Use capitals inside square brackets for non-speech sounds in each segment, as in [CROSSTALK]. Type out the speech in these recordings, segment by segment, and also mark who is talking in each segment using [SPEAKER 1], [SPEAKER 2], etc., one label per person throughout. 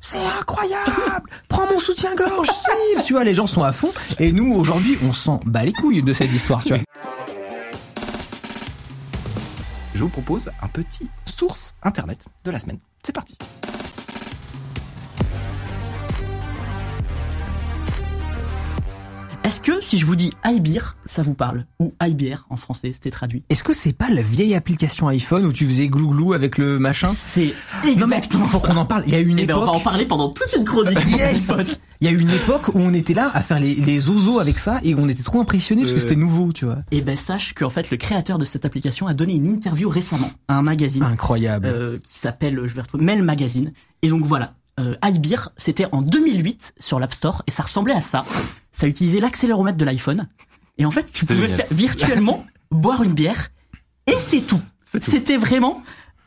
[SPEAKER 1] c'est incroyable, prends mon soutien-gorge, Steve, tu vois, les gens sont à fond. Et nous, aujourd'hui, on s'en bat les couilles de cette histoire, tu vois.
[SPEAKER 2] Je vous propose un petit source internet de la semaine. C'est parti.
[SPEAKER 3] Est-ce que si je vous dis iBeer, ça vous parle Ou iBeer en français, c'était traduit.
[SPEAKER 1] Est-ce que c'est pas la vieille application iPhone où tu faisais glouglou avec le machin
[SPEAKER 3] C'est
[SPEAKER 1] Non, mais
[SPEAKER 3] exactement
[SPEAKER 1] faut
[SPEAKER 3] ça.
[SPEAKER 1] qu'on en parle. Il y a une
[SPEAKER 3] Eh ben, on
[SPEAKER 1] époque.
[SPEAKER 3] va en parler pendant toute une [LAUGHS] chronique.
[SPEAKER 1] Yes
[SPEAKER 3] mon pote.
[SPEAKER 1] Il y a une époque où on était là à faire les, les zozos avec ça et on était trop impressionnés parce que
[SPEAKER 2] Euh.
[SPEAKER 1] c'était nouveau, tu vois.
[SPEAKER 3] Eh ben sache qu'en fait le créateur de cette application a donné une interview récemment à un magazine
[SPEAKER 1] Incroyable.
[SPEAKER 3] euh, qui s'appelle, je vais retrouver, Mail Magazine. Et donc voilà, euh, iBeer, c'était en 2008 sur l'App Store et ça ressemblait à ça. Ça utilisait l'accéléromètre de l'iPhone. Et en fait, tu
[SPEAKER 2] C'est
[SPEAKER 3] pouvais faire
[SPEAKER 2] génial.
[SPEAKER 1] [LAUGHS]
[SPEAKER 3] virtuellement boire une bière et c'est tout.
[SPEAKER 2] tout.
[SPEAKER 3] C'était vraiment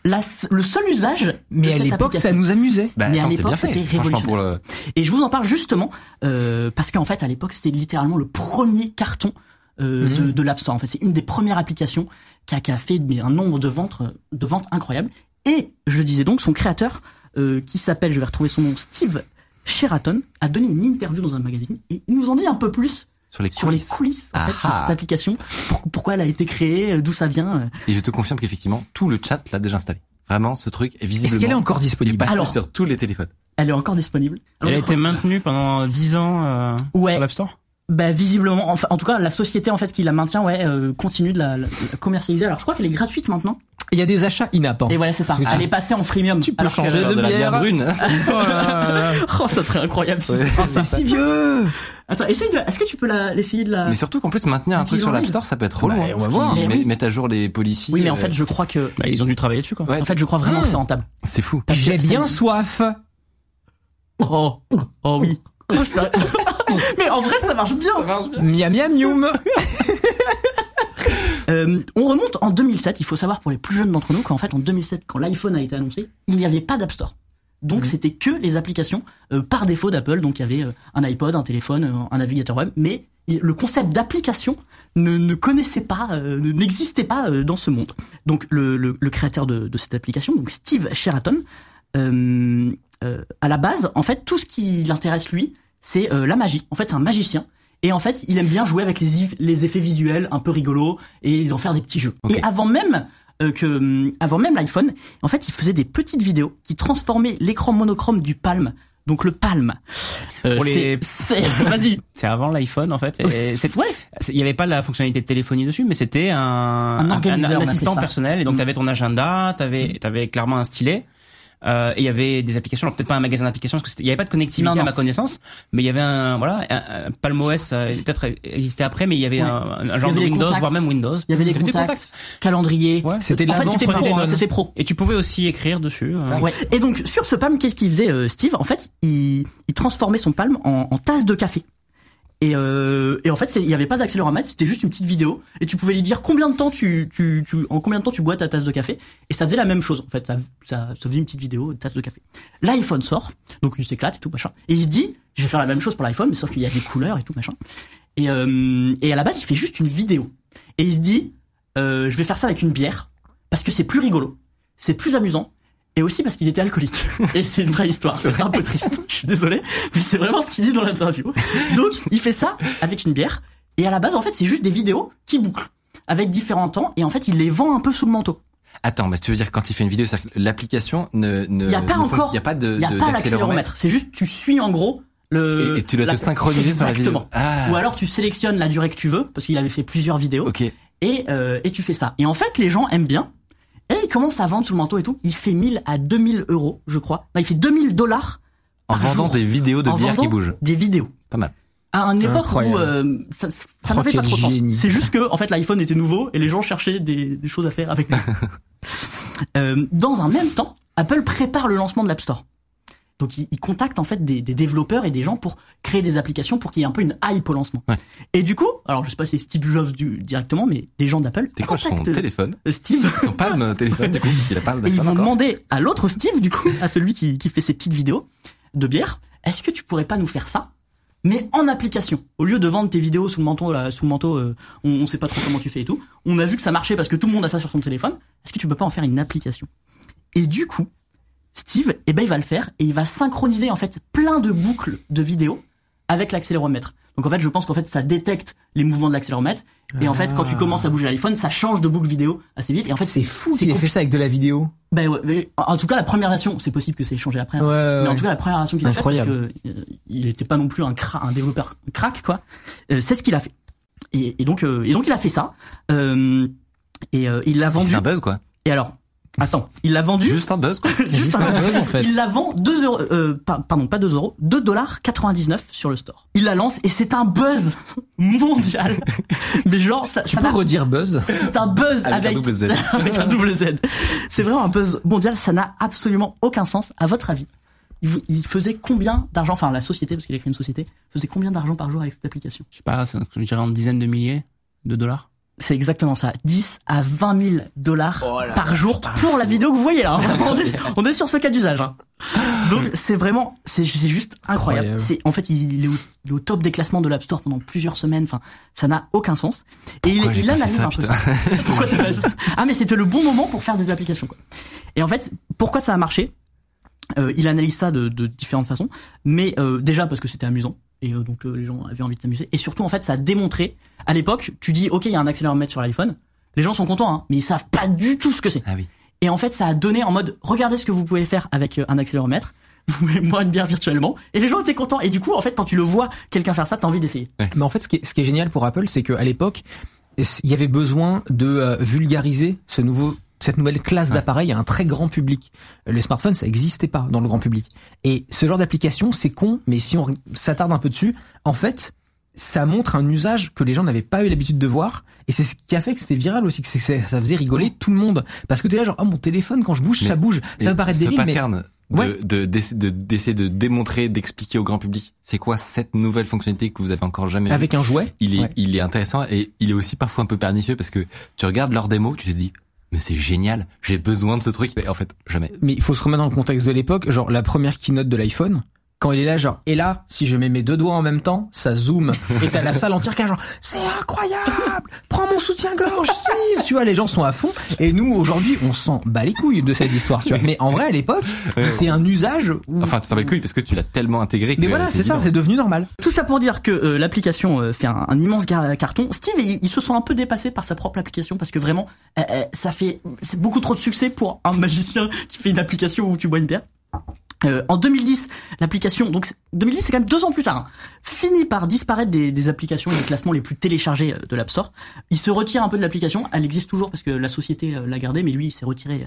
[SPEAKER 3] la, le seul usage de
[SPEAKER 1] mais à
[SPEAKER 3] cette
[SPEAKER 1] l'époque, ça
[SPEAKER 3] application.
[SPEAKER 1] nous amusait.
[SPEAKER 2] Bah,
[SPEAKER 3] Mais à
[SPEAKER 2] attends, c'est
[SPEAKER 3] l'époque,
[SPEAKER 2] bien fait.
[SPEAKER 3] c'était
[SPEAKER 2] Franchement, pour le-
[SPEAKER 3] Et je vous en parle justement euh, parce qu'en fait, à l'époque, c'était littéralement le premier carton euh, de,
[SPEAKER 4] Mhm.
[SPEAKER 3] de l'App Store. En fait, c'est une des premières applications qui a, qui a fait mais, un nombre de ventes, euh, de ventes incroyable. Et je le disais donc, son créateur, euh, qui s'appelle, je vais retrouver son nom, Steve Sheraton, a donné une interview dans un magazine et il nous en dit un peu plus
[SPEAKER 2] sur les
[SPEAKER 3] sur les
[SPEAKER 2] coulisses.
[SPEAKER 3] coulisses en fait,
[SPEAKER 2] Ah
[SPEAKER 3] de
[SPEAKER 2] ah.
[SPEAKER 3] cette application, pour- pourquoi elle a été créée, euh, d'où ça vient. euh.
[SPEAKER 2] Et je te confirme qu'effectivement, tout le chat l'a déjà installé. Vraiment, ce truc est visiblement.
[SPEAKER 1] Est-ce qu'elle est encore
[SPEAKER 2] il est
[SPEAKER 1] disponible Ah,
[SPEAKER 2] passé
[SPEAKER 3] Alors.
[SPEAKER 2] sur tous les téléphones.
[SPEAKER 3] Elle est encore disponible.
[SPEAKER 4] Elle a
[SPEAKER 3] Alors,
[SPEAKER 4] été maintenue pendant 10 ans euh,
[SPEAKER 1] Eh.
[SPEAKER 3] Ouais.
[SPEAKER 4] sur l'App Store
[SPEAKER 3] Bah visiblement, enfin, en tout cas la société en fait qui la maintient, ouais, euh, continue de la, la- la commercialiser. Alors je crois qu'elle est gratuite maintenant.
[SPEAKER 1] Il y a des achats hein. inappants.
[SPEAKER 3] Et voilà c'est ça.
[SPEAKER 1] Parce que tu-
[SPEAKER 3] Elle est passée en freemium.
[SPEAKER 1] tu peux
[SPEAKER 3] Alors
[SPEAKER 1] changer
[SPEAKER 3] qu'elle-
[SPEAKER 1] de
[SPEAKER 2] la bière
[SPEAKER 1] bière.
[SPEAKER 2] brune.
[SPEAKER 3] [LAUGHS]
[SPEAKER 1] [LAUGHS]
[SPEAKER 3] Oh ça serait incroyable. si
[SPEAKER 2] Ouais.
[SPEAKER 3] c'était
[SPEAKER 1] Ah, c'est
[SPEAKER 3] Ah, ça.
[SPEAKER 1] si vieux
[SPEAKER 3] Attends, essaye de. Est-ce que tu peux la- l'essayer de la.
[SPEAKER 2] Mais surtout qu'en plus, maintenir un
[SPEAKER 3] Ils
[SPEAKER 2] truc sur
[SPEAKER 3] l'ont
[SPEAKER 2] l'App
[SPEAKER 3] mis.
[SPEAKER 2] Store, ça peut être relou.
[SPEAKER 1] Bah,
[SPEAKER 2] hein,
[SPEAKER 1] on va
[SPEAKER 2] parce
[SPEAKER 1] voir.
[SPEAKER 2] qu'ils
[SPEAKER 3] Mais
[SPEAKER 2] met-
[SPEAKER 3] oui.
[SPEAKER 2] mettent à jour les policiers.
[SPEAKER 3] Oui mais en
[SPEAKER 2] euh,
[SPEAKER 3] fait je crois que.
[SPEAKER 4] Bah, Ils ont dû travailler dessus quoi.
[SPEAKER 2] Ouais.
[SPEAKER 3] En fait je crois vraiment
[SPEAKER 1] Ah.
[SPEAKER 3] que c'est rentable.
[SPEAKER 2] c'est fou.
[SPEAKER 3] Parce que
[SPEAKER 1] J'ai
[SPEAKER 3] ça-
[SPEAKER 1] bien soif.
[SPEAKER 3] Oh oh oui. Oh, ça- mais en vrai ça marche bien.
[SPEAKER 1] Miam miam miam.
[SPEAKER 3] Euh, on remonte en 2007. Il faut savoir pour les plus jeunes d'entre nous qu'en fait en 2007, quand l'iPhone a été annoncé, il n'y avait pas d'App Store. Donc c'était que les applications euh, par défaut d'Apple. Donc il y avait euh, un iPod, un téléphone, euh, un navigateur web, mais il- le concept d'application ne, ne connaissait pas, euh, ne- n'existait pas euh, dans ce monde. Donc le, le- le créateur de, de cette application, donc Steve Sheraton, euh, euh, à la base, en fait, tout ce qui l'intéresse lui, c'est euh, la magie. En fait, c'est un magicien. Et en fait, il aime bien jouer avec les, if- les effets visuels un peu rigolos et d'en faire des petits jeux.
[SPEAKER 2] Ok.
[SPEAKER 3] Et avant même euh, que, hum, avant même l'iPhone, en fait, il faisait des petites vidéos qui transformaient l'écran monochrome du Palm. Donc le Palm. Euh,
[SPEAKER 4] Pour les-
[SPEAKER 3] c'est- [LAUGHS] c'est-
[SPEAKER 4] [LAUGHS]
[SPEAKER 3] Vas-y.
[SPEAKER 4] C'est avant l'iPhone en
[SPEAKER 3] Oh,
[SPEAKER 4] fait. et c'est-
[SPEAKER 3] Ouais.
[SPEAKER 4] c'est- Il n'y avait pas la fonctionnalité de téléphonie dessus, mais c'était un, un,
[SPEAKER 3] organiseur,
[SPEAKER 4] un
[SPEAKER 3] on appelle
[SPEAKER 4] assistant
[SPEAKER 3] ça.
[SPEAKER 4] personnel. Et donc
[SPEAKER 3] Mm.
[SPEAKER 4] t'avais ton agenda, t'avais avais clairement un stylet. Euh, et il y avait des applications, alors peut-être pas un magasin d'applications, parce qu'il n'y avait pas de connectivité
[SPEAKER 3] Non, non.
[SPEAKER 4] à ma connaissance, mais il y avait un, voilà, un, un Palm OS, euh, peut-être existait après, mais il y avait
[SPEAKER 3] Ouais.
[SPEAKER 4] un, un
[SPEAKER 3] Il y
[SPEAKER 4] genre
[SPEAKER 3] avait
[SPEAKER 4] de
[SPEAKER 3] les
[SPEAKER 4] Windows,
[SPEAKER 3] contacts.
[SPEAKER 4] voire même Windows.
[SPEAKER 3] Il y avait les
[SPEAKER 4] T'avais des
[SPEAKER 3] contacts, calendrier.
[SPEAKER 4] Ouais.
[SPEAKER 1] C'était de
[SPEAKER 3] en fait,
[SPEAKER 1] l'avance
[SPEAKER 3] c'était
[SPEAKER 1] sur les
[SPEAKER 3] pro. hein,
[SPEAKER 1] téléphones.
[SPEAKER 3] C'était pro.
[SPEAKER 4] Et tu pouvais aussi écrire dessus. euh.
[SPEAKER 3] Ouais. Et donc sur ce palm, qu'est-ce qu'il faisait euh, Steve En fait, il, il transformait son palm en, en tasse de café. Et, euh, et en fait, c'est- il n'y avait pas d'accéléromètre, c'était juste une petite vidéo, et tu pouvais lui dire combien de temps tu, tu, tu- en combien de temps tu bois ta tasse de café, et ça faisait la même chose. En fait, ça, ça, ça faisait une petite vidéo, une tasse de café. L'iPhone sort, donc il s'éclate et tout machin, et il se dit, je vais faire la même chose pour l'iPhone, mais sauf qu'il y a des couleurs et tout machin. Et, euh, et à la base, il fait juste une vidéo, et il se dit, euh, je vais faire ça avec une bière, parce que c'est plus rigolo, c'est plus amusant, et aussi parce qu'il était
[SPEAKER 2] [LAUGHS]
[SPEAKER 3] alcoolique. Et c'est une vraie histoire, c'est un peu triste, je suis désolé, mais c'est vraiment ce qu'il dit dans l'interview. Donc, il fait ça avec une bière, et à la base, en fait, c'est juste des vidéos qui bouclent, avec différents temps, et en fait, il les vend un peu sous le manteau.
[SPEAKER 2] Attends, mais tu veux dire quand il fait une vidéo, c'est-à-dire que l'application ne, ne,
[SPEAKER 3] Il y a pas
[SPEAKER 2] ne fon-
[SPEAKER 3] encore-
[SPEAKER 2] il y a pas de,
[SPEAKER 3] Il n'y a
[SPEAKER 2] de-
[SPEAKER 3] pas
[SPEAKER 2] d'accéléromètre.
[SPEAKER 3] l'accéléromètre, c'est juste tu suis en gros le...
[SPEAKER 2] Et, et tu dois
[SPEAKER 3] la-
[SPEAKER 2] te synchroniser sur la vidéo.
[SPEAKER 3] Exactement.
[SPEAKER 2] Ah,
[SPEAKER 3] Ou alors tu sélectionnes la durée que tu veux, parce qu'il avait fait plusieurs vidéos,
[SPEAKER 2] ok.
[SPEAKER 3] et, euh, et tu fais ça. Et en fait, les gens aiment bien. Et il commence à vendre sous le manteau et tout. Il fait 1000 à 2000 euros, je crois. Non, il fait 2000 dollars
[SPEAKER 2] En
[SPEAKER 3] par
[SPEAKER 2] vendant
[SPEAKER 3] jour.
[SPEAKER 2] des vidéos de
[SPEAKER 3] en
[SPEAKER 2] bière qui
[SPEAKER 3] vendant
[SPEAKER 2] bougent.
[SPEAKER 3] Des vidéos.
[SPEAKER 2] Pas mal.
[SPEAKER 3] À une époque
[SPEAKER 1] Incroyable.
[SPEAKER 3] où euh, ça, ça
[SPEAKER 1] Oh,
[SPEAKER 3] n'avait pas
[SPEAKER 1] quel
[SPEAKER 3] trop de sens.
[SPEAKER 1] génie.
[SPEAKER 3] C'est juste que en fait l'iPhone était nouveau et les gens cherchaient des, des choses à faire avec. lui. Euh, dans un même temps, Apple prépare le lancement de l'App Store. Donc ils, ils contactent en fait des, des développeurs et des gens pour créer des applications pour qu'il y ait un peu une hype au lancement.
[SPEAKER 2] Ouais.
[SPEAKER 3] Et du coup, alors je sais pas si c'est Steve Jobs du- directement, mais des gens d'Apple
[SPEAKER 2] Décroche son
[SPEAKER 3] contactent euh,
[SPEAKER 2] téléphone.
[SPEAKER 3] Steve
[SPEAKER 2] Son
[SPEAKER 3] [LAUGHS]
[SPEAKER 2] palme téléphone, du coup, parce qu'il a pas
[SPEAKER 3] et ils
[SPEAKER 2] d'iPhone
[SPEAKER 3] vont
[SPEAKER 2] encore.
[SPEAKER 3] demander à l'autre Steve, du coup, à celui qui, qui fait ses petites vidéos de bière, est-ce que tu pourrais pas nous faire ça mais en application, au lieu de vendre tes vidéos sous le manteau, là, sous le manteau, euh, on, on sait pas trop comment tu fais et tout. On a vu que ça marchait parce que tout le monde a ça sur son téléphone. Est-ce que tu peux pas en faire une application Et du coup, Steve, eh ben, il va le faire et il va synchroniser en fait plein de boucles de vidéos avec l'accéléromètre. Donc en fait, je pense qu'en fait, ça détecte les mouvements de l'accéléromètre et en fait, quand tu commences à bouger l'iPhone, ça change de boucle vidéo assez vite. Et en fait,
[SPEAKER 1] C'est fou qu'il ait
[SPEAKER 3] compl-
[SPEAKER 1] fait ça avec de la vidéo.
[SPEAKER 3] Ben ouais, mais en en tout cas, la première version, c'est possible que c'est changé après. hein.
[SPEAKER 1] Ouais, ouais,
[SPEAKER 3] Mais en
[SPEAKER 1] ouais.
[SPEAKER 3] tout cas, la première version qu'il a faite, parce que
[SPEAKER 1] Incroyable.
[SPEAKER 3] euh, il était pas non plus un, cra- un développeur crack, quoi. euh, c'est ce qu'il a fait. Et, et donc, euh, et donc il a fait ça. euh, et euh, il l'a
[SPEAKER 2] C'est
[SPEAKER 3] vendu.
[SPEAKER 2] un buzz, quoi.
[SPEAKER 3] Et alors, attends, il l'a vendu.
[SPEAKER 2] Juste
[SPEAKER 1] [LAUGHS]
[SPEAKER 2] un buzz, quoi.
[SPEAKER 3] Juste un-
[SPEAKER 1] buzz, en fait.
[SPEAKER 3] Il la vend 2 euros, euh, pa- pardon, pas 2 euros, 2 dollars 99 sur le store. Il la lance et c'est un buzz [LAUGHS] mondial. Mais genre, ça,
[SPEAKER 1] Tu
[SPEAKER 3] ça
[SPEAKER 1] peux
[SPEAKER 3] n'a-
[SPEAKER 1] redire buzz
[SPEAKER 3] c'est un buzz
[SPEAKER 2] Avec un
[SPEAKER 3] avec,
[SPEAKER 2] double Z.
[SPEAKER 3] [LAUGHS] avec un double Z. C'est vraiment un buzz mondial, ça n'a absolument aucun sens. À votre avis, il, vous- il faisait combien d'argent, enfin la société, parce qu'il a créé une société, faisait combien d'argent par jour avec cette application
[SPEAKER 4] Je sais pas, c'est- je dirais en dizaines de milliers de dollars.
[SPEAKER 3] C'est exactement ça, 10 à 20 000 dollars par jour pour la vidéo que vous voyez là. [LAUGHS] On est, on est sur ce cas d'usage. hein. Donc c'est vraiment, c'est c'est juste incroyable.
[SPEAKER 1] Incroyable.
[SPEAKER 3] C'est en fait il est, au, il est au top des classements de l'App Store pendant plusieurs semaines. Enfin, ça n'a aucun sens. Et il-
[SPEAKER 2] Pourquoi j'ai
[SPEAKER 3] il,
[SPEAKER 2] pas fait
[SPEAKER 3] analyse
[SPEAKER 2] ça,
[SPEAKER 3] un peu.
[SPEAKER 2] putain
[SPEAKER 3] ça. [LAUGHS] Pourquoi t'as pas fait ça Ah mais c'était le bon moment pour faire des applications quoi. Et en fait, pourquoi ça a marché Euh, Il analyse ça de, de différentes façons, mais euh, déjà parce que c'était amusant et euh, donc euh, les gens avaient envie de s'amuser. Et surtout en fait, ça a démontré. À l'époque, tu dis ok, il y a un accéléromètre sur l'iPhone. Les gens sont contents, hein, mais ils savent pas du tout ce que c'est.
[SPEAKER 2] Ah oui.
[SPEAKER 3] Et en fait, ça a donné en mode, regardez ce que vous pouvez faire avec euh, un accéléromètre. [LAUGHS] Vous pouvez boire une bière virtuellement. Et les gens étaient contents. Et du coup, en fait, quand tu le vois, quelqu'un faire ça, t'as envie d'essayer.
[SPEAKER 1] Mais en fait, ce qui est, ce qui est génial pour Apple, c'est qu'à l'époque, il y avait besoin de euh, vulgariser ce nouveau cette nouvelle classe d'appareils à un très grand public. Euh, Les smartphones, ça n'existait pas dans le grand public. Et ce genre d'application, c'est con, mais si on re- s'attarde un peu dessus, en fait, ça montre un usage que les gens n'avaient pas eu l'habitude de voir. Et c'est ce qui a fait que c'était viral aussi, que c'est- c'est- ça faisait rigoler tout le monde. Parce que t'es là genre, ah mon téléphone, quand je bouge,
[SPEAKER 2] Mais-
[SPEAKER 1] ça bouge. Ça
[SPEAKER 2] Et
[SPEAKER 1] va paraître
[SPEAKER 2] ce
[SPEAKER 1] débile, mais
[SPEAKER 2] pattern de-
[SPEAKER 1] Ouais.
[SPEAKER 2] de- d'essa- de- d'essayer de, démontrer, d'expliquer au grand public, c'est quoi cette nouvelle fonctionnalité que vous avez encore jamais vue
[SPEAKER 1] avec un jouet.
[SPEAKER 2] il est,
[SPEAKER 1] Ouais.
[SPEAKER 2] il est intéressant et il est aussi parfois un peu pernicieux parce que tu regardes leur démo, tu te dis, mais c'est génial, j'ai besoin de ce truc. Mais en fait, jamais.
[SPEAKER 1] mais il faut se remettre dans le contexte de l'époque. Genre, la première keynote de l'iPhone, quand il est là, genre, et là, si je mets mes deux doigts en même temps, ça zoome. Et t'as la salle entière qui est genre, c'est incroyable! Prends mon soutien-gorge, Steve! Tu vois, les gens sont à fond. Et nous, aujourd'hui, on s'en bat les couilles de cette histoire, tu vois. Mais en vrai, à l'époque, c'est un usage où...
[SPEAKER 2] Enfin, tu t'en bats les couilles parce que tu l'as tellement intégré que
[SPEAKER 1] mais voilà, c'est ça,
[SPEAKER 2] évident.
[SPEAKER 1] c'est devenu normal.
[SPEAKER 3] Tout ça pour dire que euh, l'application euh, fait un, un immense gar- carton. Steve, il, il se sent un peu dépassé par sa propre application parce que vraiment, euh, euh, ça fait c'est beaucoup trop de succès pour un magicien [LAUGHS] qui fait une application où tu bois une bière. Euh, en 2010, l'application, donc c'est- 2010 c'est quand même deux ans plus tard, hein, finit par disparaître des, des applications et des classements les plus téléchargés euh, de l'App Store. Il se retire un peu de l'application, elle existe toujours parce que la société euh, l'a gardée, mais lui il s'est retiré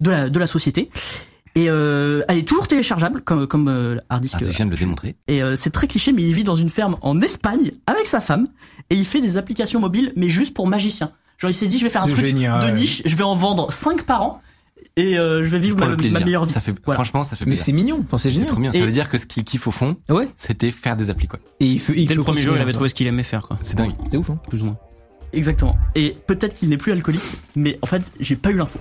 [SPEAKER 3] de la, de la société. Et euh, elle est toujours téléchargeable comme, comme euh, hard disk
[SPEAKER 2] Ah, tu
[SPEAKER 3] euh,
[SPEAKER 2] viens de le démontrer.
[SPEAKER 3] et euh, c'est très cliché, mais il vit dans une ferme en Espagne avec sa femme et il fait des applications mobiles, mais juste pour magiciens. Genre il s'est dit, je vais faire un
[SPEAKER 1] C'est
[SPEAKER 3] truc
[SPEAKER 1] génial.
[SPEAKER 3] de niche, je vais en vendre 5 par an et euh, je vais vivre
[SPEAKER 2] Pour
[SPEAKER 3] ma,
[SPEAKER 2] le
[SPEAKER 3] ma
[SPEAKER 2] plaisir.
[SPEAKER 3] meilleure vie.
[SPEAKER 2] Ça fait,
[SPEAKER 3] Voilà.
[SPEAKER 2] franchement, ça fait
[SPEAKER 1] Mais
[SPEAKER 2] plaisir.
[SPEAKER 1] c'est mignon. Enfin, c'est
[SPEAKER 2] C'est
[SPEAKER 1] génial.
[SPEAKER 2] trop bien. Ça
[SPEAKER 3] Et-
[SPEAKER 2] veut dire que ce qu'il kiffe au fond,
[SPEAKER 1] Ouais.
[SPEAKER 2] c'était faire des applis, quoi.
[SPEAKER 1] Et il faut, il
[SPEAKER 4] Dès
[SPEAKER 1] faut
[SPEAKER 4] le premier jour, il
[SPEAKER 1] continuer.
[SPEAKER 4] avait
[SPEAKER 3] hein.
[SPEAKER 4] trouvé ce qu'il aimait faire, quoi.
[SPEAKER 2] C'est dingue.
[SPEAKER 1] C'est ouf, hein.
[SPEAKER 4] Plus ou moins.
[SPEAKER 3] Exactement. Et peut-être qu'il n'est plus alcoolique, mais en fait j'ai pas eu l'info.